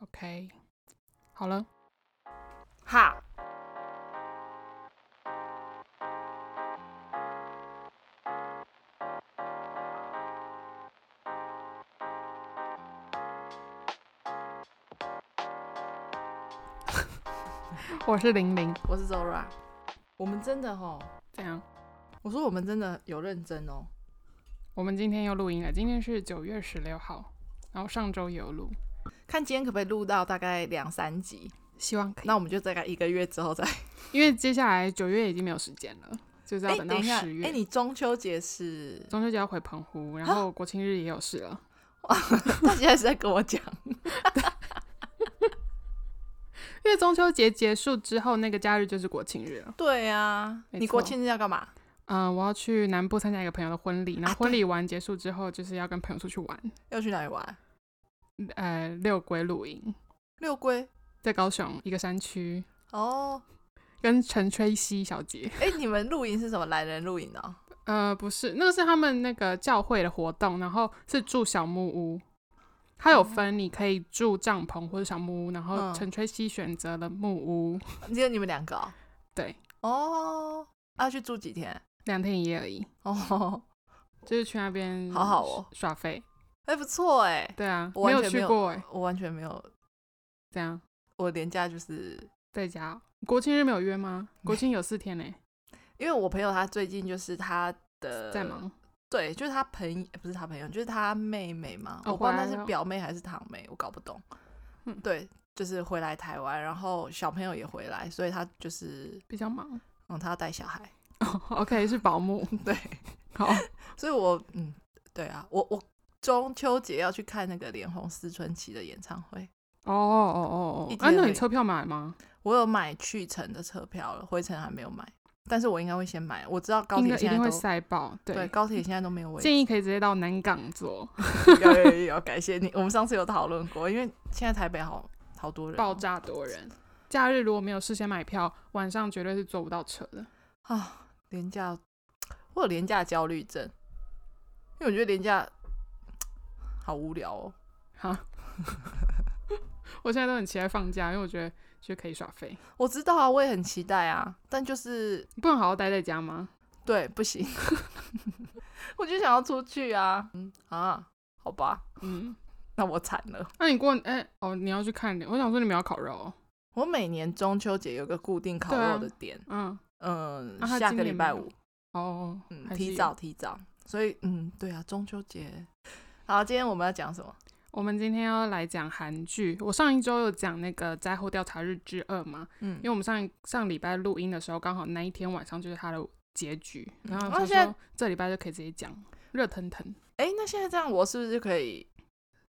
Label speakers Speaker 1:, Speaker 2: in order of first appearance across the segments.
Speaker 1: OK，好了，
Speaker 2: 哈，
Speaker 1: 我是玲玲，
Speaker 2: 我是 Zora。我们真的吼，
Speaker 1: 怎样？
Speaker 2: 我说我们真的有认真哦。
Speaker 1: 我们今天又录音了，今天是九月十六号，然后上周也有录，
Speaker 2: 看今天可不可以录到大概两三集，
Speaker 1: 希望可以。
Speaker 2: 那我们就大概一个月之后再。
Speaker 1: 因为接下来九月已经没有时间了，就是要
Speaker 2: 哎，
Speaker 1: 等
Speaker 2: 等
Speaker 1: 到
Speaker 2: 一下，
Speaker 1: 十月。
Speaker 2: 哎，你中秋 节是？
Speaker 1: 中秋节要回澎湖，然后国庆日也有事了。
Speaker 2: 他现在是在跟我讲，
Speaker 1: 因为中秋节结束之后，那个假日就是国庆日了。
Speaker 2: 对啊，
Speaker 1: 没
Speaker 2: 你国
Speaker 1: 错
Speaker 2: 庆日要干嘛？
Speaker 1: 嗯、我要去南部参加一个朋友的婚礼，然后
Speaker 2: 啊
Speaker 1: 婚礼完结束之后，就是要跟朋友出去玩，
Speaker 2: 要去哪里玩？
Speaker 1: 呃，六龟露营，
Speaker 2: 六龟
Speaker 1: 在高雄一个山区，
Speaker 2: 哦。
Speaker 1: 跟陈吹熙小姐。
Speaker 2: 哎，你们露营是什么？懒人露营哦。
Speaker 1: 呃，不是，那个是他们那个教会的活动，然后是住小木屋。它有分，你可以住帐篷或者小木屋，然后
Speaker 2: 哦嗯
Speaker 1: 陈吹熙选择了木屋，
Speaker 2: 只有你们两个哦。
Speaker 1: 对，
Speaker 2: 哦，要去住几天？
Speaker 1: 两天一夜而已，
Speaker 2: 哦，
Speaker 1: 就是去那边
Speaker 2: 好好哦
Speaker 1: 耍费。
Speaker 2: 还不错哎、
Speaker 1: 对啊，
Speaker 2: 我完
Speaker 1: 有
Speaker 2: 全没
Speaker 1: 去
Speaker 2: 有
Speaker 1: 过哎，
Speaker 2: 我完全没有，
Speaker 1: 这样
Speaker 2: 我连假就是
Speaker 1: 在家哦。国庆日没有约吗？国庆有四天呢，
Speaker 2: 因为我朋友他最近就是他的
Speaker 1: 在，忙。
Speaker 2: 对，就是他朋不是他朋友，就是他妹妹嘛，
Speaker 1: 哦
Speaker 2: 我不知道
Speaker 1: 回来
Speaker 2: 他
Speaker 1: 了
Speaker 2: 是表妹还是堂妹，我搞不懂。
Speaker 1: 嗯
Speaker 2: 对，就是回来台湾，然后小朋友也回来，所以他就是
Speaker 1: 比较忙。
Speaker 2: 嗯，他要带小孩，
Speaker 1: 哦 OK，是保姆。
Speaker 2: 对，
Speaker 1: 好，
Speaker 2: 所以我嗯，对啊，我我中秋节要去看那个连红思春期的演唱会。
Speaker 1: 哦哦哦哦
Speaker 2: 一，
Speaker 1: 啊，
Speaker 2: 天
Speaker 1: 那
Speaker 2: 而
Speaker 1: 你
Speaker 2: 已
Speaker 1: 车票买了吗？
Speaker 2: 我有买去程的车票了，回程还没有买，但是我应该会先买。我知道高
Speaker 1: 应
Speaker 2: 铁
Speaker 1: 该一
Speaker 2: 现
Speaker 1: 定
Speaker 2: 在
Speaker 1: 会
Speaker 2: 都
Speaker 1: 塞爆。对，
Speaker 2: 高铁现在都没有 位置。
Speaker 1: 建议可以直接到南港坐，
Speaker 2: 有有有有，感谢你。我们上次有讨论过，因为现在台北好好多人哦
Speaker 1: 爆炸多人。假日如果没有事先买票，晚上绝对是坐不到车的。
Speaker 2: 啊，廉价，我有廉价焦虑症，因为我觉得廉价好无聊哦。
Speaker 1: 好， 我现在都很期待放假，因为我觉得就可以耍废。
Speaker 2: 我知道啊，我也很期待啊，但就是
Speaker 1: 你不能好好待在家吗？
Speaker 2: 对，不行，我就想要出去啊。嗯啊，好吧，
Speaker 1: 嗯，
Speaker 2: 那我惨了。
Speaker 1: 那你过哎、哦，你要去看脸，我想说你们要烤肉哦、
Speaker 2: 我每年中秋节有个固定烤
Speaker 1: 对啊
Speaker 2: 肉的点，
Speaker 1: 嗯，啊
Speaker 2: 嗯，
Speaker 1: 他
Speaker 2: 下
Speaker 1: 今
Speaker 2: 个
Speaker 1: 年
Speaker 2: 礼
Speaker 1: 没
Speaker 2: 拜
Speaker 1: 有
Speaker 2: 五，
Speaker 1: 哦，
Speaker 2: 嗯，
Speaker 1: 还是
Speaker 2: 提
Speaker 1: 有
Speaker 2: 早。提早，所以嗯，对啊，中秋节。好，今天我们要讲什么？
Speaker 1: 我们今天要来讲韩剧，我上一周有讲那个《灾后调查日之二》嘛，
Speaker 2: 嗯
Speaker 1: 因为我们上一上礼拜录音的时候，刚好那一天晚上就是它的结局，
Speaker 2: 嗯
Speaker 1: 然后
Speaker 2: 啊
Speaker 1: 我想
Speaker 2: 现在
Speaker 1: 说这礼拜就可以直接讲，热腾腾。
Speaker 2: 哎、那现在这样，我是不是可以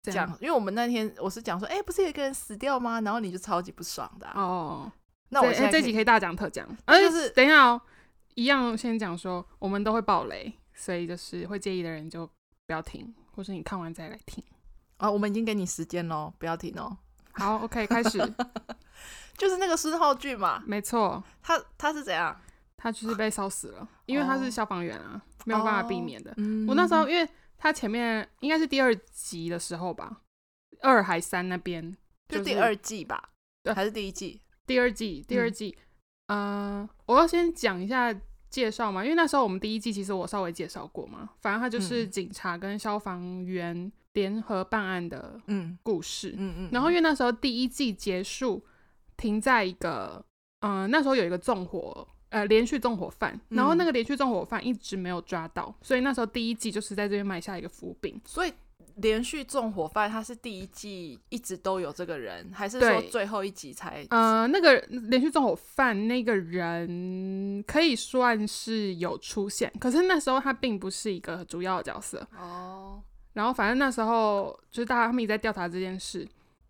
Speaker 1: 这
Speaker 2: 讲
Speaker 1: 样？
Speaker 2: 因为我们那天我是讲说，哎、不是有一个人死掉吗？然后你就超级不爽的啊、
Speaker 1: 哦，
Speaker 2: 那我
Speaker 1: 对
Speaker 2: 现
Speaker 1: 哎
Speaker 2: 在可
Speaker 1: 这
Speaker 2: 以
Speaker 1: 集可以大讲特讲，而且、
Speaker 2: 就是
Speaker 1: 等一下哦，一样先讲说我们都会爆雷，所以就是会介意的人就不要听，或是你看完再来听。
Speaker 2: 啊，我们已经给你时间喽，不要停哦。
Speaker 1: 好，OK，开 始，
Speaker 2: 就是那个孙浩俊嘛，
Speaker 1: 没错，
Speaker 2: 他他是怎样？
Speaker 1: 他就是被烧死了，因为他是
Speaker 2: 哦
Speaker 1: 消防员啊，没有办法避
Speaker 2: 哦
Speaker 1: 免的。
Speaker 2: 嗯
Speaker 1: 呃我那时候因为他前面应该是第二集的时候吧，二还三那边，
Speaker 2: 就是第二季吧，
Speaker 1: 对
Speaker 2: 还是第一季？
Speaker 1: 第二季，第二
Speaker 2: 嗯
Speaker 1: 季，呃，我要先讲一下介绍嘛，因为那时候我们第一季其实我稍微介绍过嘛，反正它就是
Speaker 2: 嗯
Speaker 1: 警察跟消防员联合办案的
Speaker 2: 嗯
Speaker 1: 故事。
Speaker 2: 嗯嗯。
Speaker 1: 然后因为那时候第一季结束，停在一个，嗯、那时候有一个纵火，呃，连续纵火犯，然后那
Speaker 2: 嗯
Speaker 1: 个连续纵火犯一直没有抓到，所以那时候第一季就是在这边埋下一个伏笔。
Speaker 2: 所以连续纵火犯，他是第一季一直都有这个人，还是
Speaker 1: 对
Speaker 2: 说最后一集才？
Speaker 1: 呃，那个连续纵火犯那个人可以算是有出现，可是那时候他并不是一个主要的角色。
Speaker 2: 哦，
Speaker 1: 然后反正那时候就是大家他们一直在调查这件事，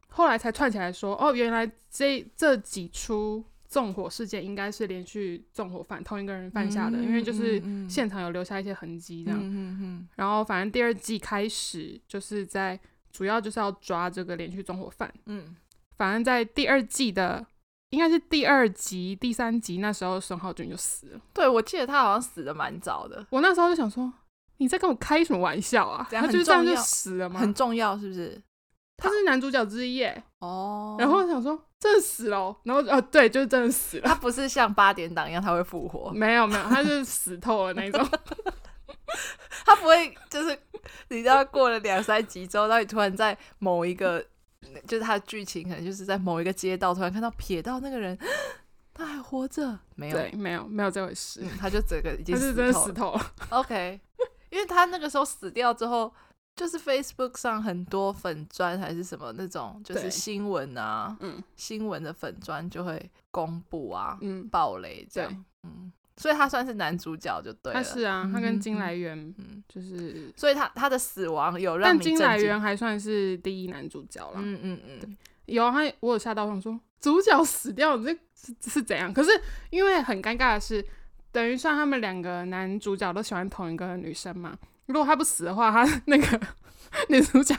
Speaker 1: 后来才串起来说，哦，原来这这几出纵火事件应该是连续纵火犯同一个人犯下的，因为就是
Speaker 2: 嗯嗯嗯
Speaker 1: 现场有留下一些痕迹这样。
Speaker 2: 嗯嗯
Speaker 1: 然后反正第二季开始就是在主要就是要抓这个连续纵火犯。
Speaker 2: 嗯
Speaker 1: 反正在第二季的应该是第二集、第三集那时候，孙浩俊就死了
Speaker 2: 嗯。。对，我记得他好像死的蛮早的，
Speaker 1: 我那时候就想说，你在跟我开什么玩笑啊？
Speaker 2: 怎样
Speaker 1: 他就是这样
Speaker 2: 很重
Speaker 1: 就
Speaker 2: 要
Speaker 1: 死了吗？
Speaker 2: 很重要，是不是？
Speaker 1: 他是男主角之一耶。
Speaker 2: 哦
Speaker 1: 然 后想说真的死了哦，然后啊对，就是真的死了，
Speaker 2: 他不是像八点档一样，他会复活，
Speaker 1: 没有没有，他就是死透了那一种。
Speaker 2: 他不会就是你知道过了两三集之后，然后你突然在某一个就是他的剧情可能就是在某一个街道突然看到瞥到那个人，他还活着 没有？
Speaker 1: 对，没有没有这回事
Speaker 2: 嗯，，他就整个已经
Speaker 1: 他是
Speaker 2: 死
Speaker 1: 真的
Speaker 2: 透
Speaker 1: 死
Speaker 2: 了。
Speaker 1: 透了。
Speaker 2: OK，因为他那个时候死掉之后，就是 Facebook 上很多粉砖还是什么那种，就
Speaker 1: 对
Speaker 2: 是新闻啊，
Speaker 1: 嗯
Speaker 2: 新闻的粉砖就会公布啊，
Speaker 1: 嗯，
Speaker 2: 暴雷这样。嗯，所以他算是男主角就对了。
Speaker 1: 他是啊，他跟金
Speaker 2: 嗯
Speaker 1: 来源
Speaker 2: 嗯，
Speaker 1: 就是，
Speaker 2: 所以他他的死亡有让
Speaker 1: 但
Speaker 2: 你震
Speaker 1: 金
Speaker 2: 惊。
Speaker 1: 来源还算是第一男主角啦。
Speaker 2: 嗯嗯嗯，
Speaker 1: 有啊，他我有吓到，我想说主角死掉，你这是是怎样？可是因为很尴尬的是，等于算他们两个男主角都喜欢同一个女生嘛。如果他不死的话，他那个 女主角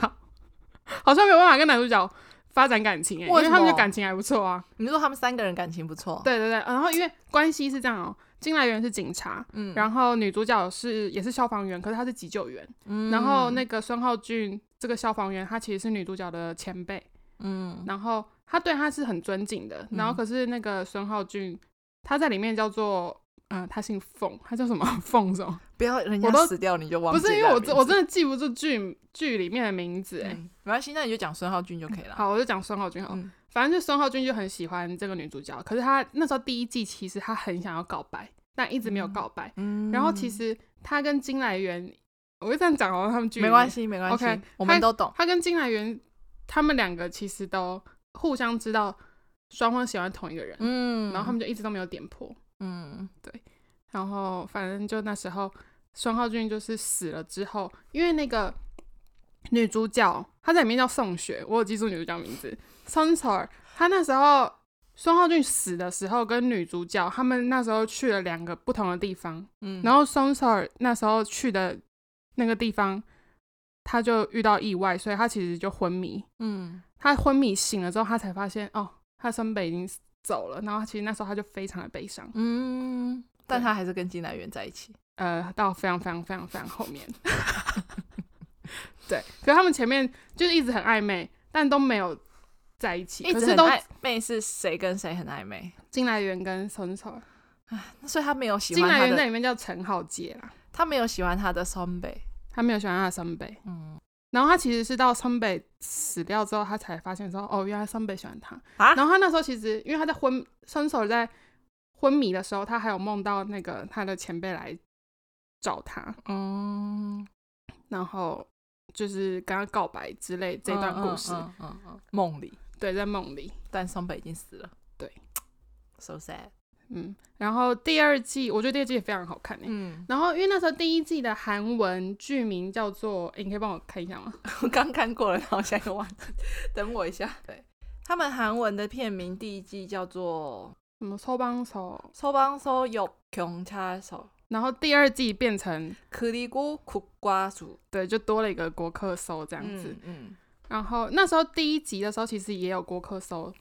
Speaker 1: 好像没有办法跟男主角发展感情、欸，因
Speaker 2: 为
Speaker 1: 为
Speaker 2: 什
Speaker 1: 他们
Speaker 2: 么
Speaker 1: 就感情还不错啊。
Speaker 2: 你说他们三个人感情不错，，
Speaker 1: 对对对，然后因为关系是这样哦、金来源是警察，
Speaker 2: 嗯，
Speaker 1: 然后女主角是也是消防员，可是她是急救员。
Speaker 2: 嗯
Speaker 1: 然后那个孙浩俊这个消防员，他其实是女主角的前辈。
Speaker 2: 嗯
Speaker 1: 然后他对他是很尊敬的。然后
Speaker 2: 嗯
Speaker 1: 可是那个孙浩俊，他在里面叫做，嗯、他姓凤，他叫什么 凤什么？
Speaker 2: 不要人家
Speaker 1: 我都
Speaker 2: 死掉你就忘
Speaker 1: 不
Speaker 2: 记
Speaker 1: 是因为
Speaker 2: 他
Speaker 1: 我真
Speaker 2: 的名字
Speaker 1: 我真的记不住剧剧里面的名字哎、欸
Speaker 2: 嗯没关系，那你就讲孙浩俊就可以了。
Speaker 1: 好，我就讲孙浩俊好了，
Speaker 2: 嗯
Speaker 1: 反正就孙浩俊就很喜欢这个女主角，可是他那时候第一季其实他很想要告白，但一直没有告白。
Speaker 2: 嗯
Speaker 1: 然后其实他跟金来源，我就这样讲哦，他们剧里
Speaker 2: 没
Speaker 1: 面
Speaker 2: 关系，没关系
Speaker 1: OK，
Speaker 2: 我
Speaker 1: 他
Speaker 2: 们都懂。
Speaker 1: 他跟金来源他们两个其实都互相知道双方喜欢同一个人，
Speaker 2: 嗯
Speaker 1: 然后他们就一直都没有点破。
Speaker 2: 嗯
Speaker 1: 然后反正就那时候，双浩俊就是死了之后，因为那个女主角她在里面叫宋雪，我有记住女主角名字宋雪儿。她那时候双浩俊死的时候，跟女主角他们那时候去了两个不同的地方，
Speaker 2: 嗯，
Speaker 1: 然
Speaker 2: 后
Speaker 1: 后宋雪儿那时候去的那个地方，她就遇到意外，所以她其实就昏迷。
Speaker 2: 嗯
Speaker 1: 他昏迷醒了之后，他才发现哦，他孙北已经走了。然后其实那时候他就非常的悲伤，
Speaker 2: 嗯，但
Speaker 1: 对
Speaker 2: 他还是跟金来源在一起。
Speaker 1: 呃，到非常非常非常非常后面。 对，可是他们前面就是一直很暧昧，但都没有在一起，
Speaker 2: 一
Speaker 1: 可
Speaker 2: 直
Speaker 1: 是
Speaker 2: 很
Speaker 1: 都
Speaker 2: 暧昧是谁跟谁很暧昧？
Speaker 1: 金来源跟孙丑，
Speaker 2: 那所以他没有喜
Speaker 1: 金
Speaker 2: 欢
Speaker 1: 来
Speaker 2: 他
Speaker 1: 源在
Speaker 2: 的，
Speaker 1: 里面叫陈浩杰啦，
Speaker 2: 他没有喜欢他的双北。
Speaker 1: 他没有喜欢他的孙北。
Speaker 2: 嗯
Speaker 1: 然后他其实是到孙北死掉之后，他才发现说，哦，原来孙北喜欢他。
Speaker 2: 啊
Speaker 1: 然后他那时候其实，因为他在昏，孙守在昏迷的时候，他还有梦到那个他的前辈来找他，
Speaker 2: 嗯，
Speaker 1: 然后就是跟他告白之类这段故事。
Speaker 2: 嗯嗯嗯嗯梦里，
Speaker 1: 对，在梦里，
Speaker 2: 但松北已经死了。
Speaker 1: 对
Speaker 2: ，so sad。
Speaker 1: 嗯。然后第二季，我觉得第二季也非常好看、欸
Speaker 2: 嗯，
Speaker 1: 然后因为那时候第一季的韩文剧名叫做，诶你可以帮我看一下吗？
Speaker 2: 我刚看过了，然后现在又忘记，等我一下。 对他们韩文的片名第一季叫做
Speaker 1: 什么抽帮手，
Speaker 2: 《소방서역 경찰서
Speaker 1: 然后第二季变成。
Speaker 2: 그리고국과수》
Speaker 1: 对，就多了一个国客搜这
Speaker 2: 这
Speaker 1: 样子，
Speaker 2: 嗯，
Speaker 1: 然后那时候第一集的时候，其实也有国科搜，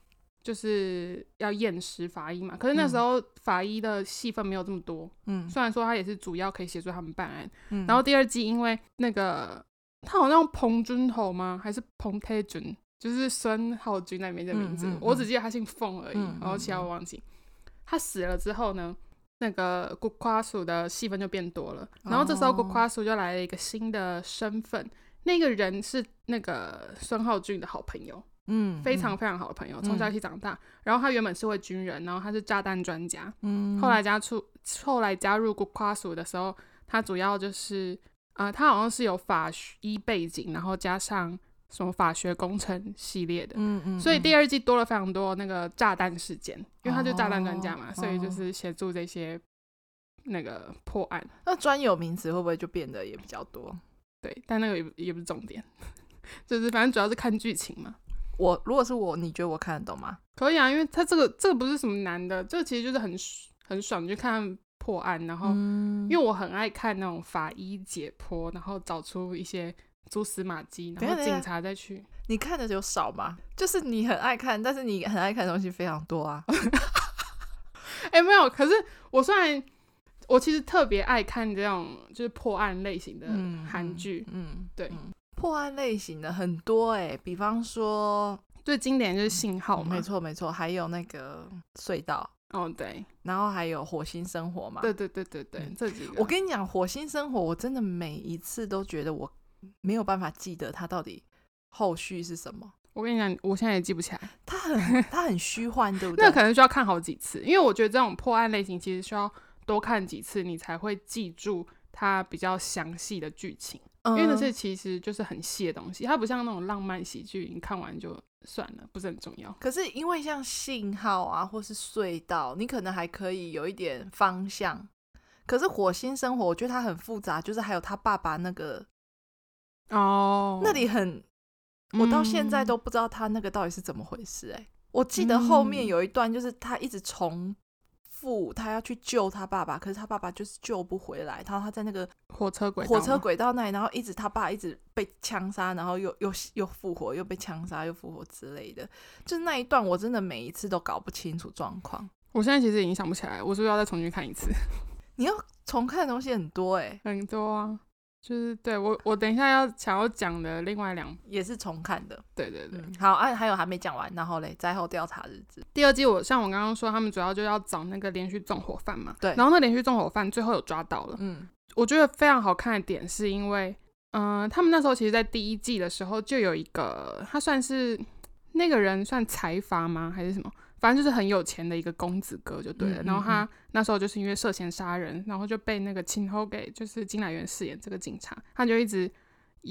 Speaker 1: 就是要验尸法医嘛。可是那时候法医的戏份没有这么多，
Speaker 2: 嗯
Speaker 1: 虽然说他也是主要可以协助他们办案。
Speaker 2: 嗯
Speaker 1: 然后第二季因为那个他好像彭君侯吗？还是彭泰君？就是孙浩君那边的名字，
Speaker 2: 嗯嗯嗯
Speaker 1: 我只记得他姓凤而已，
Speaker 2: 嗯嗯
Speaker 1: 然后其他我忘记。他死了之后呢，那个古夸鼠的戏份就变多了。然后这时候
Speaker 2: 哦
Speaker 1: 古夸鼠就来了一个新的身份，那个人是那个孙浩俊的好朋友，
Speaker 2: 嗯
Speaker 1: 非常非常好的朋友，从小一起长大。然后他原本是位军人，然后他是炸弹专家，
Speaker 2: 嗯
Speaker 1: 后来加出后来加入 g 跨署的时候，他主要就是啊、呃他好像是有法学医背景，然后加上什么法学工程系列的，
Speaker 2: 嗯嗯，
Speaker 1: 所以第
Speaker 2: 二
Speaker 1: 二季多了非常多那个炸弹事件，因为他就是炸弹专家嘛，
Speaker 2: 哦
Speaker 1: 所以就是协助这些那个破案。
Speaker 2: 那专有名词会不会就变得也比较多？
Speaker 1: 对，但那个也不也不是重点， 就是反正主要是看剧情嘛。
Speaker 2: 我如果是我，你觉得我看得懂吗？
Speaker 1: 可以啊，因为他这个这个不是什么难的，这个其实就是很很爽，你去看破案，然后
Speaker 2: 嗯
Speaker 1: 因为我很爱看那种法医解剖，然后找出一些蛛丝马迹，
Speaker 2: 等一
Speaker 1: 然后
Speaker 2: 下等一下
Speaker 1: 警察再去。
Speaker 2: 你看的有少吗？就是你很爱看，但是你很爱看的东西非常多啊。
Speaker 1: 哎、没有，可是我虽然我其实特别爱看这种就是破案类型的
Speaker 2: 嗯
Speaker 1: 韩剧，
Speaker 2: 嗯，
Speaker 1: 对
Speaker 2: 嗯破案类型的很多哎、比方说，
Speaker 1: 最经典就是信号嘛
Speaker 2: 嗯没，错没错，还有那个隧道，
Speaker 1: 哦对，
Speaker 2: 然后还有火星生活嘛。
Speaker 1: 对对对对对，
Speaker 2: 嗯
Speaker 1: 这几个
Speaker 2: 我跟你讲，火星生活，我真的每一次都觉得我没有办法记得它到底后续是什么。
Speaker 1: 我跟你讲，我现在也记不起来，
Speaker 2: 它很它很虚幻，对不对？
Speaker 1: 那可能需要看好几次，因为我觉得这种破案类型其实需要多看几次，你才会记住它比较详细的剧情。
Speaker 2: 嗯、
Speaker 1: 因为那些其实就是很细的东西，它不像那种浪漫喜剧，你看完就算了，不是很重要。
Speaker 2: 可是因为像信号啊，或是隧道，你可能还可以有一点方向。可是火星生活，我觉得它很复杂，就是还有他爸爸那个、
Speaker 1: 哦嗯
Speaker 2: 那里很，我到现在都不知道他那个到底是怎么回事、欸。哎，我记得后面
Speaker 1: 嗯
Speaker 2: 有一段就是他一直重复，他要去救他爸爸，可是他爸爸就是救不回来，然后他在那个
Speaker 1: 火车轨，
Speaker 2: 火车，轨道那里，然后一直他爸一直被枪杀，然后又又又复活，又被枪杀，又复活之类的，就是那一段我真的每一次都搞不清楚状况。
Speaker 1: 我现在其实已经想不起来，我是不是要再重新看一次？
Speaker 2: 你要重看的东西很多哎、
Speaker 1: 很多啊，就是对我，我等一下要想要讲的另外两，
Speaker 2: 也是重看的。
Speaker 1: 对对对，
Speaker 2: 嗯，好，啊，还有还没讲完，然后嘞，灾后调查日志，
Speaker 1: 第二季我像我刚刚说，他们主要就要找那个连续纵火犯嘛，
Speaker 2: 对
Speaker 1: 然后那连续纵火犯最后有抓到了，
Speaker 2: 嗯
Speaker 1: 我觉得非常好看的点是因为，嗯、他们那时候其实，在第一季的时候就有一个，他算是那个人算财阀吗？还是什么？反正就是很有钱的一个公子哥就对了。
Speaker 2: 嗯嗯
Speaker 1: 然后他那时候就是因为涉嫌杀人，然后就被那个秦后给就是金乃元饰演这个警察，他就一直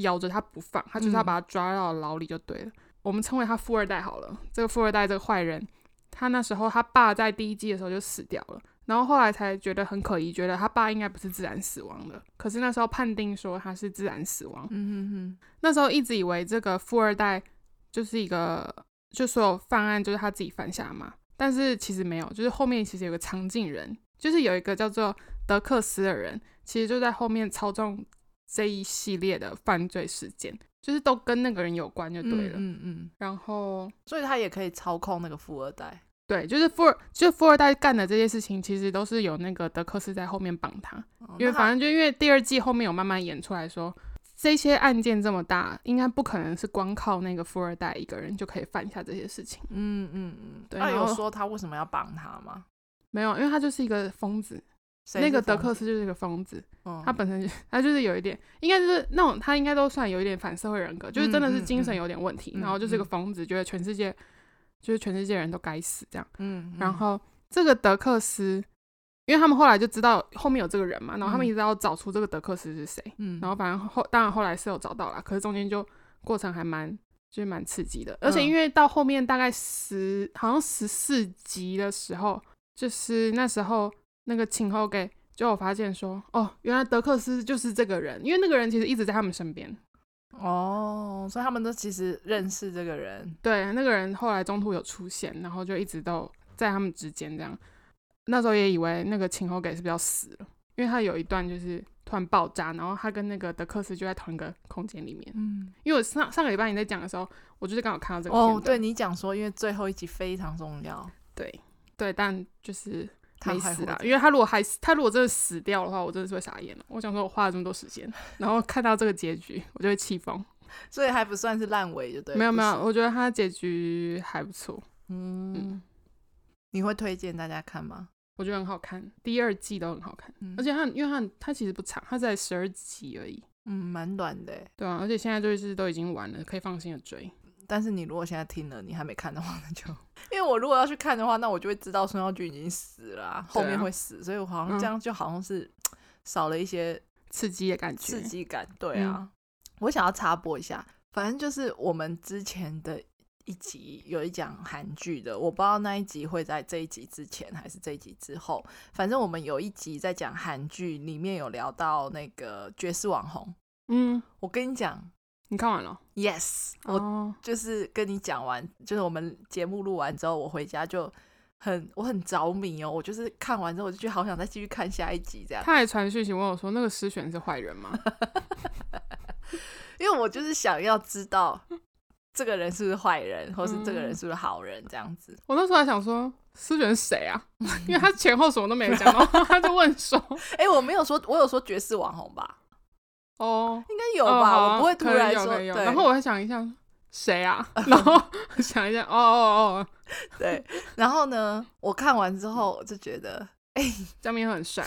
Speaker 1: 咬着他不放，他就是要
Speaker 2: 嗯
Speaker 1: 把他抓到牢里就对了。我们称为他富二代好了，这个富二代这个坏人，他那时候他爸在第一季的时候就死掉了，然后后来才觉得很可疑，觉得他爸应该不是自然死亡的。可是那时候判定说他是自然死亡，
Speaker 2: 嗯哼
Speaker 1: 那时候一直以为这个富二代就是一个，就所有犯案就是他自己犯下嘛，但是其实没有，就是后面其实有个藏镜人，就是有一个叫做德克斯的人，其实就在后面操纵这一系列的犯罪事件，就是都跟那个人有关就
Speaker 2: 哼，
Speaker 1: 对了。
Speaker 2: 嗯嗯，
Speaker 1: 然后
Speaker 2: 所以他也可以操控那个富二代，
Speaker 1: 对，就是富二，就是富二代干的这些事情，其实都是有那个德克斯在后面帮他，
Speaker 2: 哦
Speaker 1: 因为
Speaker 2: 那他
Speaker 1: 反正就因为第二季后面有慢慢演出来说，这些案件这么大，应该不可能是光靠那个富二代一个人就可以犯下这些事情。
Speaker 2: 嗯嗯嗯，
Speaker 1: 对
Speaker 2: 那
Speaker 1: 然后
Speaker 2: 有说他为什么要帮他吗？
Speaker 1: 没有，因为他就是一个疯子，
Speaker 2: 谁
Speaker 1: 那
Speaker 2: 是
Speaker 1: 个德
Speaker 2: 疯
Speaker 1: 克
Speaker 2: 子，
Speaker 1: 斯就是一个疯子，
Speaker 2: 嗯
Speaker 1: 他本身就他就是有一点，应该就是那种他应该都算有一点反社会人格，就是真的是
Speaker 2: 嗯嗯
Speaker 1: 精神有点问题，
Speaker 2: 嗯
Speaker 1: 然后就是个
Speaker 2: 嗯
Speaker 1: 疯子，觉得全世界就是全世界人都该死这样。
Speaker 2: 嗯，嗯
Speaker 1: 然后这个德克斯，因为他们后来就知道后面有这个人嘛，然后他们
Speaker 2: 嗯
Speaker 1: 一直要找出这个德克斯是谁，
Speaker 2: 嗯，
Speaker 1: 然后反正后当然后来是有找到啦，可是中间就过程还蛮就是蛮刺激的，而且
Speaker 2: 嗯
Speaker 1: 因为到后面大概十好像十四集的时候，就是那时候那个秦后给就有发现说，哦，原来德克斯就是这个人，因为那个人其实一直在他们身边，
Speaker 2: 哦，所以他们都其实认识这个人，
Speaker 1: 对，那个人后来中途有出现，然后就一直都在他们之间这样。那时候也以为那个秦侯给是不是要死了，因为他有一段就是突然爆炸，然后他跟那个德克斯就在同一个空间里面。
Speaker 2: 嗯，
Speaker 1: 因为我上上个礼拜你在讲的时候，我就是刚好看到这个片
Speaker 2: 哦，
Speaker 1: 段
Speaker 2: 对你讲说，因为最后一集非常重要，
Speaker 1: 对对，但就是
Speaker 2: 他
Speaker 1: 没
Speaker 2: 还
Speaker 1: 死
Speaker 2: 活
Speaker 1: 啦，啊
Speaker 2: 着
Speaker 1: 因为他如果还死他如果真的死掉的话，我真的是会傻眼了。我想说，我花了这么多时间，然后看到这个结局，我就会气疯。
Speaker 2: 所以还不算是烂尾，就对了。
Speaker 1: 没有
Speaker 2: 不
Speaker 1: 没有，
Speaker 2: 是，
Speaker 1: 我觉得他的结局还不错，
Speaker 2: 嗯
Speaker 1: 嗯，
Speaker 2: 你会推荐大家看吗？
Speaker 1: 我觉得很好看，第二季都很好看。
Speaker 2: 嗯
Speaker 1: 而且它很因为它很它其实不长，它才十二集而已，
Speaker 2: 嗯，蛮短的欸。
Speaker 1: 对啊，而且现在就是都已经完了，可以放心的追。
Speaker 2: 但是你如果现在听了，你还没看的话，那就因为我如果要去看的话，那我就会知道孙耀军已经死了啊、后
Speaker 1: 对啊
Speaker 2: 面会死，所以我好像
Speaker 1: 嗯
Speaker 2: 这样就好像是嘖少了一些
Speaker 1: 刺激的感觉，嗯
Speaker 2: 刺激感。对啊，我想要插播一下，反正就是我们之前的一集有一讲韩剧的，我不知道那一集会在这一集之前还是这一集之后。反正我们有一集在讲韩剧，里面有聊到那个爵士网红。
Speaker 1: 嗯，
Speaker 2: 我跟你讲
Speaker 1: 你看完了？
Speaker 2: ，yes，我
Speaker 1: 哦，
Speaker 2: 就是跟你讲完，就是我们节目录完之后，我回家就很我很着迷哦，我就是看完之后我就觉得好想再继续看下一集这样，
Speaker 1: 他还传讯息问我说：“那个诗璇是坏人吗
Speaker 2: 因为我就是想要知道这个人是不是坏人，或是这个人
Speaker 1: 嗯
Speaker 2: 是不是好人这样子。？”
Speaker 1: 我那时候还想说：“诗璇是谁啊？” 因为他前后什么都没有讲，然后他就问说
Speaker 2: 哎、我没有说，我有说绝世网红吧？：“
Speaker 1: 哦，
Speaker 2: 应 该有
Speaker 1: 哦
Speaker 2: 吧？
Speaker 1: 好
Speaker 2: 我不会突
Speaker 1: 可能
Speaker 2: 然
Speaker 1: 有
Speaker 2: 说，
Speaker 1: 可能有
Speaker 2: 对
Speaker 1: 然后我还想一下，谁啊？ 然后想一下，哦哦
Speaker 2: 对，然后呢，我看完之后我就觉得，
Speaker 1: 哦，江明很帅，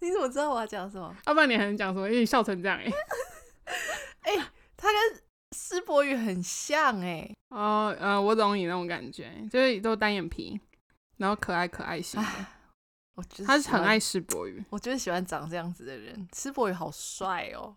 Speaker 2: 你怎么知道我要讲什么？
Speaker 1: 要不然你还能讲什么？因为你笑成这样哎、
Speaker 2: 他跟施柏宇很像哎、
Speaker 1: 哦，呃，我懂你那种感觉，就是都单眼皮，然后可爱可爱型的。
Speaker 2: 我就是
Speaker 1: 他是
Speaker 2: 喜
Speaker 1: 很
Speaker 2: 欢
Speaker 1: 爱，世博宇，
Speaker 2: 我就是喜欢长这样子的人。施柏宇好帅哦！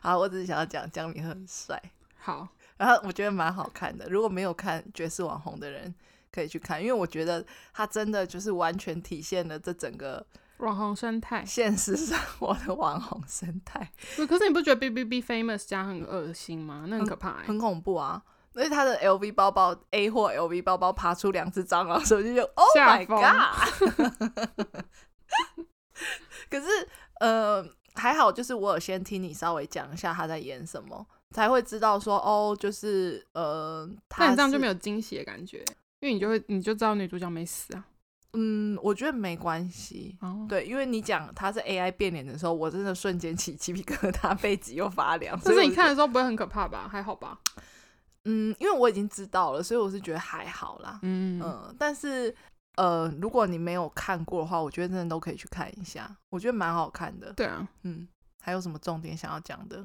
Speaker 2: 好，我只是想要讲江敏赫很帅，
Speaker 1: 好，
Speaker 2: 然后我觉得蛮好看的。如果没有看《绝世网红》的人，可以去看，因为我觉得他真的就是完全体现了这整个
Speaker 1: 网红生态。
Speaker 2: 现实生活的网红生态。
Speaker 1: 可可是你不觉得 B B B Famous 家很恶心吗？那很可怕、欸。
Speaker 2: 很恐怖啊！而且他的 LV 包包 A 或 LV 包包爬出两只蟑螂，所以我就觉得 Oh
Speaker 1: 吓
Speaker 2: my
Speaker 1: 疯
Speaker 2: God！可是呃，还好就是我有先听你稍微讲一下他在演什么，才会知道说哦，就是呃，他
Speaker 1: 但你这样就没
Speaker 2: 有
Speaker 1: 有惊喜的感觉，因为你就会你就知道女主角没死啊。
Speaker 2: 嗯，我觉得没关系。
Speaker 1: 哦，
Speaker 2: 对，因为你讲他是 AI 变脸的时候，我真的瞬间起鸡皮疙瘩，背脊又发凉。
Speaker 1: 但
Speaker 2: 所
Speaker 1: 是
Speaker 2: 以
Speaker 1: 你
Speaker 2: 我
Speaker 1: 看的时候不会很可怕吧？还好吧。
Speaker 2: 嗯，因为我已经知道了，所以我是觉得还好啦。
Speaker 1: 嗯
Speaker 2: 嗯，但是呃，如果你没有看过的话，我觉得真的都可以去看一下，我觉得蛮好看的。
Speaker 1: 对啊，
Speaker 2: 嗯，还有什么重点想要讲的？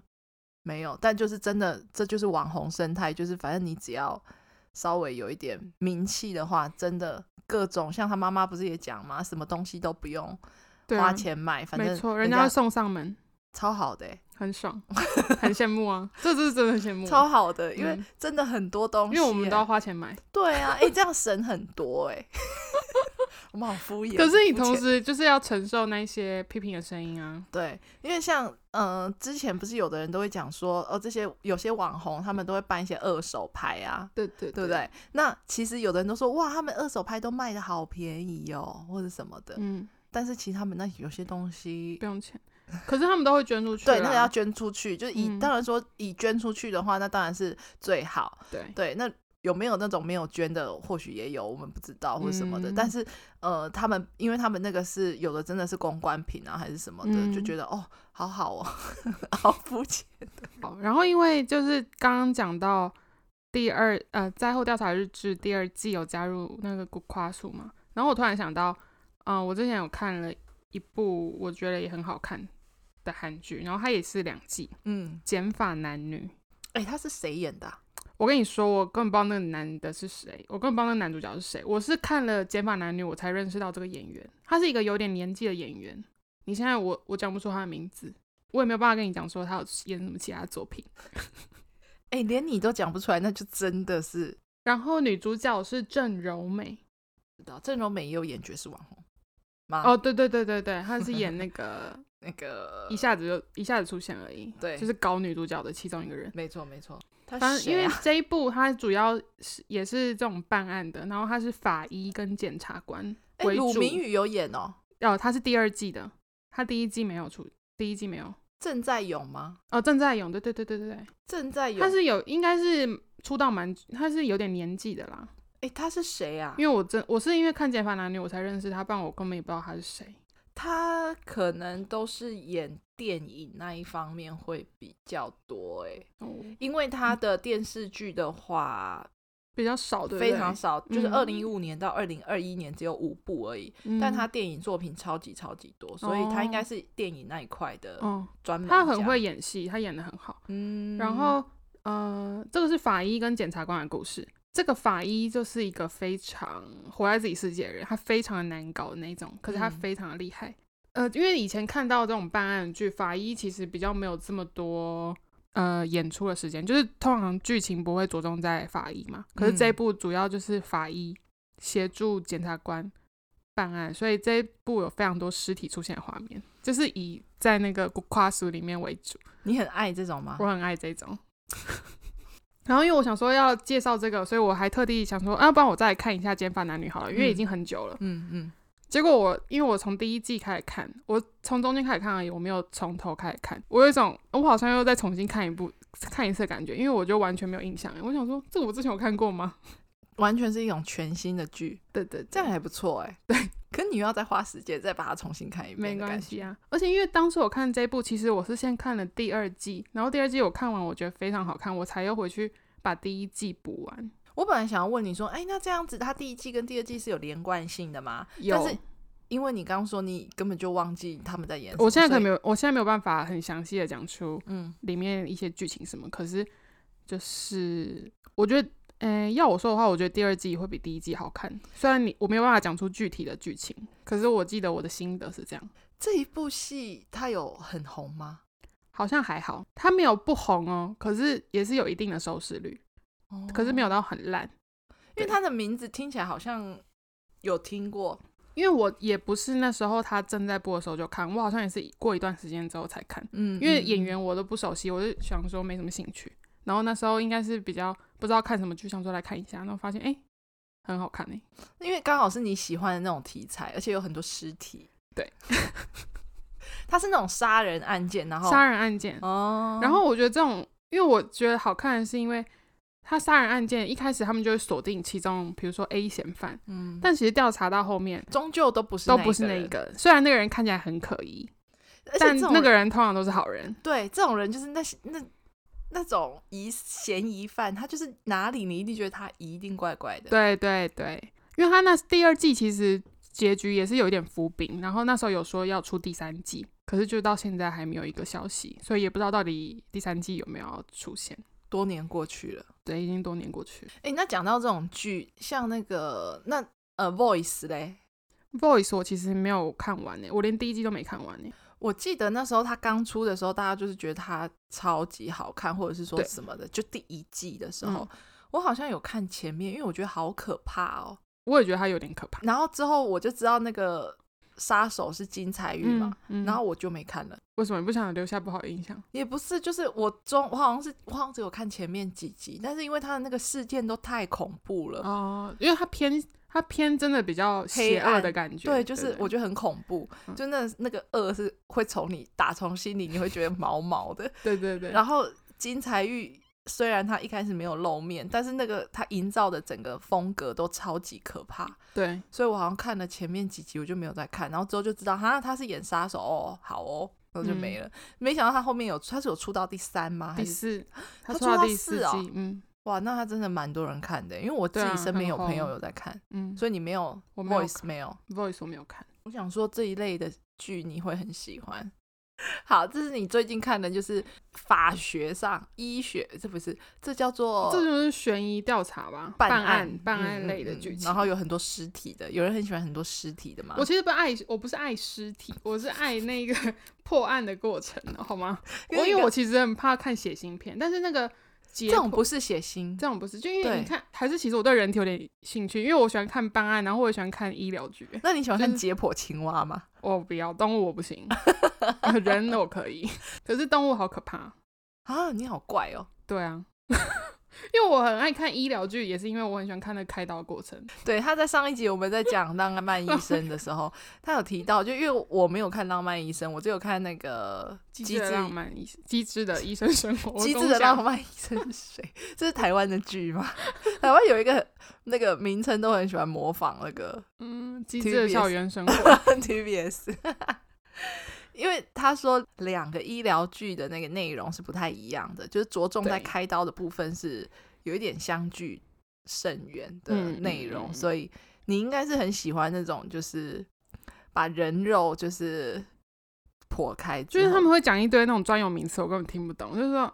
Speaker 2: 没有，但就是真的，这就是网红生态，就是反正你只要稍微有一点名气的话，真的各种像他妈妈不是也讲吗？什么东西都不用
Speaker 1: 对
Speaker 2: 花
Speaker 1: 啊，
Speaker 2: 钱买，反正
Speaker 1: 没错，人
Speaker 2: 人
Speaker 1: 家会送上门，
Speaker 2: 超好的欸、
Speaker 1: 很 爽，很羡慕啊，这这是真的很羡慕，
Speaker 2: 超好的，因为
Speaker 1: 嗯
Speaker 2: 真的很多东
Speaker 1: 因
Speaker 2: 西欸、
Speaker 1: 为我们都要花钱买。
Speaker 2: 对啊，哎、这样省很多哎、 我们好敷衍。
Speaker 1: 可是你
Speaker 2: 肤
Speaker 1: 同
Speaker 2: 浅
Speaker 1: 时就是要承受那些批评的声音啊。
Speaker 2: 对，因为像嗯、呃之前不是有的人都会讲说，哦，这些有些网红他们都会办一些二手拍啊，
Speaker 1: 对对
Speaker 2: 对不？对？那其实有的人都说，哇，他们二手拍都卖的好便宜哦，或者什么的。
Speaker 1: 嗯，
Speaker 2: 但是其实他们那有些东西
Speaker 1: 不，用钱。可是他们都会捐出去啊啦。
Speaker 2: 对，那个要捐出去，就是以、
Speaker 1: 嗯
Speaker 2: 当然说以捐出去的话，那当然是最好。
Speaker 1: 对
Speaker 2: 对，那。有没有那种没有捐的？或许也有，我们不知道或什么的。
Speaker 1: 嗯
Speaker 2: 但是，呃，他们因为他们那个是有的真的是公关品啊，还是什么的，就
Speaker 1: 嗯
Speaker 2: 觉得哦，好好哦， 好肤浅。
Speaker 1: 好，然后因为就是刚刚讲到第二呃灾后调查日志第二季有加入那个古夸鼠嘛，然后我突然想到，嗯、我之前有看了一部我觉得也很好看的韩剧，然后它也是两季《
Speaker 2: 嗯，
Speaker 1: 减法男女》。
Speaker 2: 哎、他是谁演的啊、
Speaker 1: 我跟你说，我根本不知道那个男的是谁，我根本不知道那个男主角是谁。我是看了《减法男女》，我才认识到这个演员，他是一个有点年纪的演员。你现在我我讲不出他的名字，我也没有办法跟你讲说他有演什么其他作品。
Speaker 2: 哎、连你都讲不出来，那就真的是不
Speaker 1: 然后女主角是郑柔美，
Speaker 2: 知道。郑容美也有演《绝世网红》吗？
Speaker 1: 哦，，对对对对对，她是演那 个
Speaker 2: 那个
Speaker 1: 一下子就一下子出现而已，
Speaker 2: 对
Speaker 1: 就是搞女主角的其中一个人。
Speaker 2: 没错没错，他
Speaker 1: 反正因
Speaker 2: 谁
Speaker 1: 为
Speaker 2: 啊
Speaker 1: 这一部，它主要是也是这种办案的，然后他是法医跟检察官
Speaker 2: 哎
Speaker 1: 为
Speaker 2: 鲁
Speaker 1: 主。
Speaker 2: 明宇有演哦，
Speaker 1: 哦，他是第二季的，他第一季没有出，第一季没有。
Speaker 2: 郑在勇吗？
Speaker 1: 哦，郑在勇，对对对对对对，
Speaker 2: 郑在勇，
Speaker 1: 他是有应该是出道蛮，他是有点年纪的啦。
Speaker 2: 哎、他是谁啊？
Speaker 1: 因为我真我是因为看《剑凡男女》我才认识他，不然我根本也不知道他是谁。
Speaker 2: 他可能都是演电影那一方面会比较多哎、
Speaker 1: 哦，
Speaker 2: 因为他的电视剧的话
Speaker 1: 比较少，对不对
Speaker 2: 非常少，就是
Speaker 1: 嗯嗯
Speaker 2: 二零一五年到二零二一年只有五部而已，但他电影作品超级超级多，所以他应该是电影那一块的
Speaker 1: 嗯，哦
Speaker 2: 专门、
Speaker 1: 他很会，演戏，他演的很好。
Speaker 2: 嗯，
Speaker 1: 然后，呃，这个是法医跟检察官的故事。这个法医就是一个非常活在自己世界的人，他非常的难搞的那种，可是他
Speaker 2: 嗯
Speaker 1: 非常的厉害。呃，因为以前看到这种办案剧，法医其实比较没有这么多呃演出的时间，就是通常剧情不会着重在法医嘛。可是这一
Speaker 2: 嗯
Speaker 1: 部主要就是法医协助检察官办案，所以这一部有非常多尸体出现的画面，就是以在那个夸书里面为主。
Speaker 2: 你很爱这种吗？
Speaker 1: 我很爱这种。 然后因为我想说要介绍这个，所以我还特地想说，啊，不然我再来看一下《减法男女》好了，因为已
Speaker 2: 嗯
Speaker 1: 经很久了。
Speaker 2: 嗯嗯，
Speaker 1: 结果我因为我从第一季开始看，我从中间开始看而已，我没有从头开始看。我有一种我好像又再重新看一部看一次的感觉，因为我就完全没有印象了。我想说，这我之前有看过吗？
Speaker 2: 完全是一种全新的剧，
Speaker 1: 对对对，
Speaker 2: 这样还不错哎、可你又要再花时间再把它重新看一
Speaker 1: 没
Speaker 2: 遍的
Speaker 1: 关
Speaker 2: 感觉。
Speaker 1: 系啊，而且因为当时我看这部，其实我是先看了第二季，然后第二季我看完，我觉得非常好看，我才又回去把第一季补完。
Speaker 2: 我本来想要问你说，哎、那这样子它第一季跟第二季是有连贯性的吗？
Speaker 1: 有，
Speaker 2: 但是因为你刚刚说你根本就忘记他们在演什么，
Speaker 1: 我现在可能没
Speaker 2: 有，
Speaker 1: 有，我现在没有办法很详细的讲出
Speaker 2: 嗯，
Speaker 1: 里面一些剧情什么，可是就是我觉得，嗯、要我说的话，我觉得第二季会比第一季好看。虽然你我没有办法讲出具体的剧情，可是我记得我的心得是这样，
Speaker 2: 这一部戏它有很红吗？
Speaker 1: 好像还好，它没有不红哦，可是也是有一定的收视率，
Speaker 2: 哦
Speaker 1: 可是没有，到很烂。
Speaker 2: 因为
Speaker 1: 对
Speaker 2: 它的名字听起来好像有听过，
Speaker 1: 因为我也不是那时候他正在播的时候就看，我好像也是过一段时间之后才看，
Speaker 2: 嗯，
Speaker 1: 因为
Speaker 2: 嗯
Speaker 1: 演员我都不熟悉，我就想说没什么兴趣。然后那时候应该是比较不知道看什么剧，想说来看一下，然后发现哎、诶很好看哎、
Speaker 2: 因为刚好是你喜欢的那种题材，而且有很多尸体。
Speaker 1: 对，
Speaker 2: 它是那种杀人案件，然后
Speaker 1: 杀人案件。
Speaker 2: 哦，
Speaker 1: 然后我觉得这种，因为我觉得好看的是因为他杀人案件一开始他们就会锁定其中，比如说 A 嫌犯，
Speaker 2: 嗯，但
Speaker 1: 但其实调查到后面
Speaker 2: 终究都不是
Speaker 1: 都不是那
Speaker 2: 一
Speaker 1: 一
Speaker 2: 人，
Speaker 1: 个，虽然那个人看起来很可疑，
Speaker 2: 而且
Speaker 1: 但
Speaker 2: 这种
Speaker 1: 那个人通常都是好人。
Speaker 2: 对这种人就是那些那那种疑嫌疑犯，他就是哪里你一定觉得他一定怪怪的。
Speaker 1: 对对对，因为他那第二季其实结局也是有一点伏笔，然后那时候有说要出第三季，可是就到现在还没有一个消息，所以也不知道到底第三季有没有要出现。
Speaker 2: 多年过去了，
Speaker 1: 对，已经多年过去了。
Speaker 2: 诶，那讲到这种剧，像那个那呃 Voice 嘞，
Speaker 1: Voice 我其实没有看完欸呢，我连第一季都没看完欸呢。
Speaker 2: 我记得那时候它刚出的时候，大家就是觉得它超级好看，或者是说
Speaker 1: 对嗯
Speaker 2: 什么的。就第一季的时候，我好像有看前面，因为我觉得好可怕哦。
Speaker 1: 我也觉得它有点可怕。
Speaker 2: 然后之后我就知道那个杀手是金彩玉嘛，
Speaker 1: 嗯，嗯
Speaker 2: 然后我就没看了。
Speaker 1: 为什么你不想留下不好的印象？
Speaker 2: 也不是，就是我中我好像是我好像只有看前面几集，但是因为它的那个事件都太恐怖了，
Speaker 1: 哦、因为它偏它偏真的比较邪恶的感觉。
Speaker 2: 对，就是
Speaker 1: 不
Speaker 2: 我觉得很恐怖，
Speaker 1: 嗯
Speaker 2: 就那那个恶是会从你打从心里，你会觉得毛毛的。
Speaker 1: 对对对，
Speaker 2: 然后金财玉虽然他一开始没有露面，但是那个他营造的整个风格都超级可怕，
Speaker 1: 对
Speaker 2: 所以我好像看了前面几集我就没有再看，然后之后就知道哈他是演杀手哦，好哦，然后就没了。没想到他后面有他是有出到第三吗？还
Speaker 1: 嗯第
Speaker 2: 是
Speaker 1: 四，它
Speaker 2: 它哎
Speaker 1: 出
Speaker 2: 出
Speaker 1: 到
Speaker 2: 到
Speaker 1: 第
Speaker 2: 四
Speaker 1: 四
Speaker 2: 哦
Speaker 1: 季，嗯
Speaker 2: 哇，那他真的蛮多人看的，因为我自
Speaker 1: 对
Speaker 2: 己
Speaker 1: 啊
Speaker 2: 身边有
Speaker 1: 很
Speaker 2: 朋友
Speaker 1: 红
Speaker 2: 有在看，
Speaker 1: 嗯
Speaker 2: 所以你没有
Speaker 1: 我没有
Speaker 2: voice 没有。
Speaker 1: ，Voice 我没有看。
Speaker 2: 我想说这一类的剧你会很喜欢。 好，这是你最近看的，就是法学上医学，这不是这叫做
Speaker 1: 这就是悬疑调查吧，
Speaker 2: 办
Speaker 1: 办案办
Speaker 2: 嗯
Speaker 1: 案类的
Speaker 2: 嗯嗯
Speaker 1: 剧情。
Speaker 2: 然后有很多尸体的，有人很喜欢很多尸体的嘛。
Speaker 1: 我其实不爱，我不是爱尸体，我是爱那个 破案的过程，好吗？
Speaker 2: 跟
Speaker 1: 我
Speaker 2: 一
Speaker 1: 因
Speaker 2: 个
Speaker 1: 为我其实很怕看血腥片，但是那个结
Speaker 2: 这种不是血腥，
Speaker 1: 这种不是，就因为
Speaker 2: 对
Speaker 1: 你看，还是其实我对人体有点兴趣，因为我喜欢看办案，然后我也喜欢看医疗剧。
Speaker 2: 那你喜欢
Speaker 1: 就是
Speaker 2: 看解剖青蛙吗？
Speaker 1: 我不要动物，我不 行，人我可以， 可是动物好可怕。
Speaker 2: 啊，你好怪哦。
Speaker 1: 对啊， 因为我很爱看医疗剧，也是因为我很喜欢看那开刀的过程。
Speaker 2: 对，他在上一集我们在讲《浪漫医生》的时候，他有提到，就因为我没有看《浪漫医生》，我只有看那个《
Speaker 1: 机智的浪漫医，机智的医生生活，
Speaker 2: 机
Speaker 1: 我
Speaker 2: 智
Speaker 1: 跟
Speaker 2: 的
Speaker 1: 我讲
Speaker 2: 浪漫医生是谁？这是台湾的剧吗？ 台湾有一个那个名称都很喜欢模仿那个
Speaker 1: 嗯，机智的校园生活，
Speaker 2: TBS，因为他说两个医疗剧的那个内容是不太一样的，就是着重在
Speaker 1: 对
Speaker 2: 开刀的部分是有一点相距甚远的
Speaker 1: 嗯嗯
Speaker 2: 内容，
Speaker 1: 嗯嗯
Speaker 2: 所以你应该是很喜欢那种就是把人肉就是剖开之
Speaker 1: 就
Speaker 2: 后，
Speaker 1: 是他们会讲一堆那种专有名词，我根本听不懂。就是说，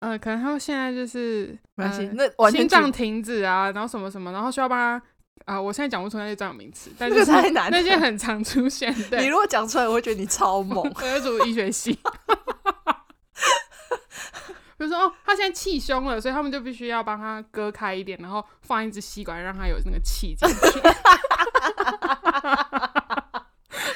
Speaker 1: 呃，可能他们现在就是
Speaker 2: 没关系，
Speaker 1: 呃
Speaker 2: 嗯那完全
Speaker 1: 心脏
Speaker 2: 举
Speaker 1: 停止啊，然后什么什么，然后需要帮他啊、我现在讲不出那些专有名 词，但
Speaker 2: 那个
Speaker 1: 是
Speaker 2: 太难了
Speaker 1: 那些很常出现。
Speaker 2: 你
Speaker 1: 对，
Speaker 2: 如果讲出来，我会觉得你超 猛。
Speaker 1: 我有读医学系， 比如说哦，他现在气胸了，所以他们就必须要帮他割开一点，然后放一支吸管让他有那个气进去。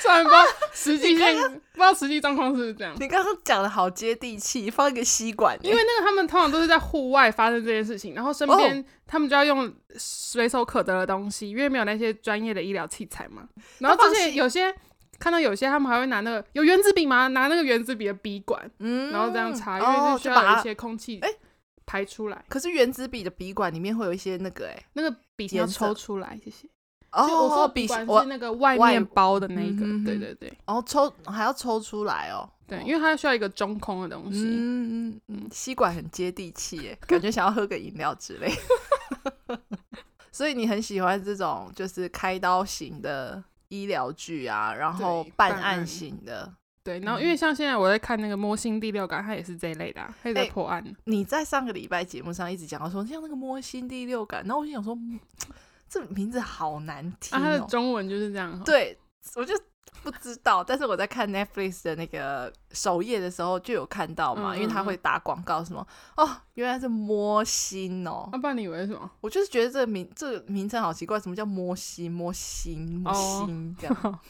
Speaker 1: 虽然不知道实际性，不知道实际状况是不是这样，
Speaker 2: 你刚刚讲的好接地气，放一个吸管欸、
Speaker 1: 因为那个他们通常都是在户外发生这件事情，然后身
Speaker 2: 哦
Speaker 1: 边他们就要用随手可得的东西，因为没有那些专业的医疗器材嘛。然后
Speaker 2: 那放
Speaker 1: 之前
Speaker 2: 心
Speaker 1: 有些看到有些他们还会拿那个有原子笔吗？拿那个原子笔的笔管，
Speaker 2: 嗯
Speaker 1: 然后这样擦，因为
Speaker 2: 哦，
Speaker 1: 是需
Speaker 2: 就
Speaker 1: 要
Speaker 2: 把
Speaker 1: 有
Speaker 2: 它
Speaker 1: 一些空气
Speaker 2: 哎
Speaker 1: 排出来，
Speaker 2: 可是原子笔的笔管里面会有一些那个哎、
Speaker 1: 那个笔要
Speaker 2: 颜色
Speaker 1: 抽出来，谢谢。就我说
Speaker 2: 哦，
Speaker 1: 的笔
Speaker 2: 笔
Speaker 1: 管
Speaker 2: 我
Speaker 1: 是那个外
Speaker 2: 外
Speaker 1: 面包的那一个，
Speaker 2: 嗯哼
Speaker 1: 对
Speaker 2: 哼
Speaker 1: 对对
Speaker 2: 哦抽还要抽出来哦，
Speaker 1: 对
Speaker 2: 哦，
Speaker 1: 因为它需要一个中空的东西。
Speaker 2: 嗯嗯嗯，吸管很接地气耶，感觉想要喝个饮料之类。 所以你很喜欢这种就是开刀型的医疗剧啊，然后
Speaker 1: 对
Speaker 2: 办
Speaker 1: 办
Speaker 2: 案
Speaker 1: 案
Speaker 2: 型的。
Speaker 1: 对，
Speaker 2: 嗯
Speaker 1: 然后因为像现在我在看那个《摸心第六感》，它也是这一类的、啊，它也在
Speaker 2: 哎
Speaker 1: 破案。
Speaker 2: 你在上个礼拜节目上一直讲到说像那个摸心第六感，然后我就想说，嗯这名字好难听
Speaker 1: 啊，它的
Speaker 2: 哦。
Speaker 1: 中文就是这样。，
Speaker 2: 对，我就不知道，但是我在看 Netflix 的那个首页的时候就有看到嘛，因为
Speaker 1: 嗯
Speaker 2: 它
Speaker 1: 嗯嗯
Speaker 2: 会打广告什么哦，原来是摸心哦
Speaker 1: 那、，啊不然你以为是什么？
Speaker 2: 我就是觉得这个名这个名称好奇怪，什么叫摸心摸心摸
Speaker 1: 哦
Speaker 2: 心、这样？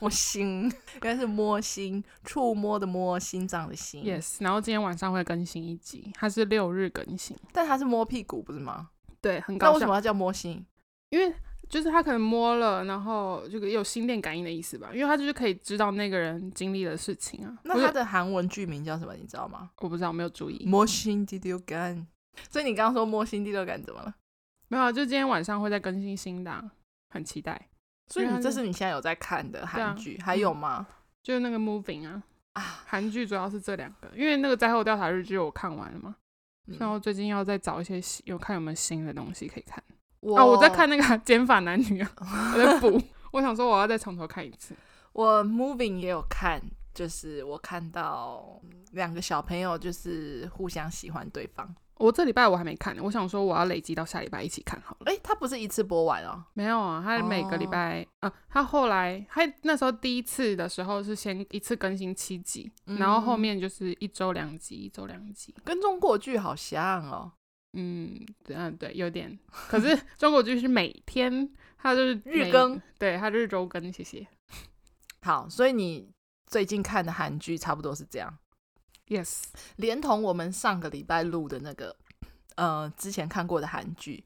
Speaker 2: 摸心原来是摸心，触摸的摸，心脏的心。
Speaker 1: Yes，然后今天晚上会更新一集，它是六日更新，
Speaker 2: 但它是摸屁股不是吗？
Speaker 1: 对，很
Speaker 2: 那
Speaker 1: 搞
Speaker 2: 为什
Speaker 1: 笑。
Speaker 2: 么要叫摸心？
Speaker 1: 因为就是他可能摸了，然后就有心电感应的意思吧，因为他就是可以知道那个人经历的事情啊。
Speaker 2: 那
Speaker 1: 我
Speaker 2: 它
Speaker 1: 有
Speaker 2: 的韩文剧名叫什么？你知道吗？
Speaker 1: 我不知道，我没有注意。
Speaker 2: 摸心第六感。所以你刚刚说摸心第六感怎么了？
Speaker 1: 没有啊，就今天晚上会再更新新的啊、很期待。
Speaker 2: 所以
Speaker 1: 因为
Speaker 2: 你
Speaker 1: 它
Speaker 2: 这是你现在有在看的韩剧，
Speaker 1: 啊
Speaker 2: 还
Speaker 1: 嗯
Speaker 2: 有吗？
Speaker 1: 就是那个 Moving 啊，
Speaker 2: 啊，
Speaker 1: 韩剧主要是这两个，因为那个灾后调查日记我看完了嘛，
Speaker 2: 嗯
Speaker 1: 然后最近要再找一些新有看有没有新的东西可以看
Speaker 2: 我
Speaker 1: 啊。我
Speaker 2: 哦
Speaker 1: 在看那个 啊《减法男女》啊，我在 补。我想说我要再从头看一次。
Speaker 2: 我 Moving 也有看，就是我看到两个小朋友就是互相喜欢对方。
Speaker 1: 我这礼拜我还没看，我想说我要累积到下礼拜一起看好了。
Speaker 2: 哎、他不是一次播完哦，
Speaker 1: 没有啊，他每个礼拜、啊，他后来他那时候第一次的时候是先一次更新七集，
Speaker 2: 嗯
Speaker 1: 然后后面就是一周两集，一周两集。
Speaker 2: 跟中国剧好像哦。
Speaker 1: 嗯，对嗯，对，有点。可是中国剧是每天，它就是
Speaker 2: 日
Speaker 1: 每
Speaker 2: 更，
Speaker 1: 对，它就是周更。谢谢。
Speaker 2: 好，所以你最近看的韩剧差不多是这样，
Speaker 1: Yes，
Speaker 2: 连同我们上个礼拜录的那个，呃，之前看过的韩剧，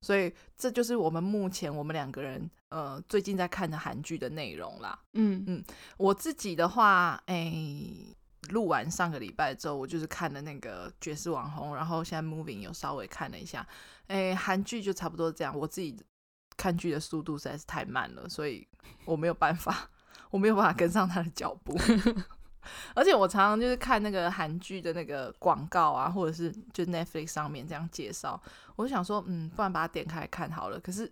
Speaker 2: 所以这就是我们目前我们两个人呃最近在看的韩剧的内容啦。
Speaker 1: 嗯
Speaker 2: 嗯我自己的话，哎、录完上个礼拜之后，我就是看了那个《绝世网红》，然后现在 Moving 有稍微看了一下，哎、韩剧就差不多这样。我自己看剧的速度实在是太慢了，所以我没有办法， 我没有办法跟上他的脚步。而且我常常就是看那个韩剧的那个广告啊，或者是就 Netflix 上面这样介绍，我就想说，嗯，不然把它点开来看好了。可是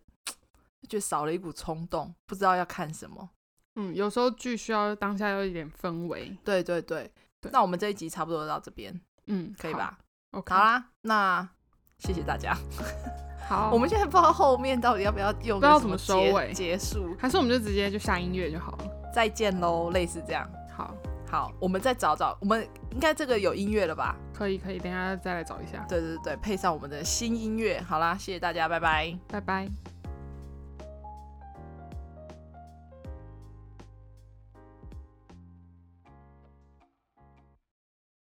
Speaker 2: 就觉得少了一股冲动，不知道要看什么。
Speaker 1: 嗯，有时候剧需要当下有一点氛围，
Speaker 2: 对对对，
Speaker 1: 对
Speaker 2: 那我们这一集差不多到这边，
Speaker 1: 嗯，
Speaker 2: 可以吧？
Speaker 1: 好？OK，
Speaker 2: 好啦，那谢谢大家。
Speaker 1: 好，
Speaker 2: 我们现在不知道后面到底要不要用
Speaker 1: 不知道
Speaker 2: 什么
Speaker 1: 怎么
Speaker 2: 结
Speaker 1: 收尾
Speaker 2: 结束，
Speaker 1: 还是我们就直接就下音乐就好了。
Speaker 2: 再见喽，类似这样。
Speaker 1: 好，
Speaker 2: 好，我们再找找，我们应该这个有音乐了吧？
Speaker 1: 可以可以，等一下再来找一下，
Speaker 2: 对对对，配上我们的新音乐。好啦，谢谢大家，拜拜。
Speaker 1: 拜拜。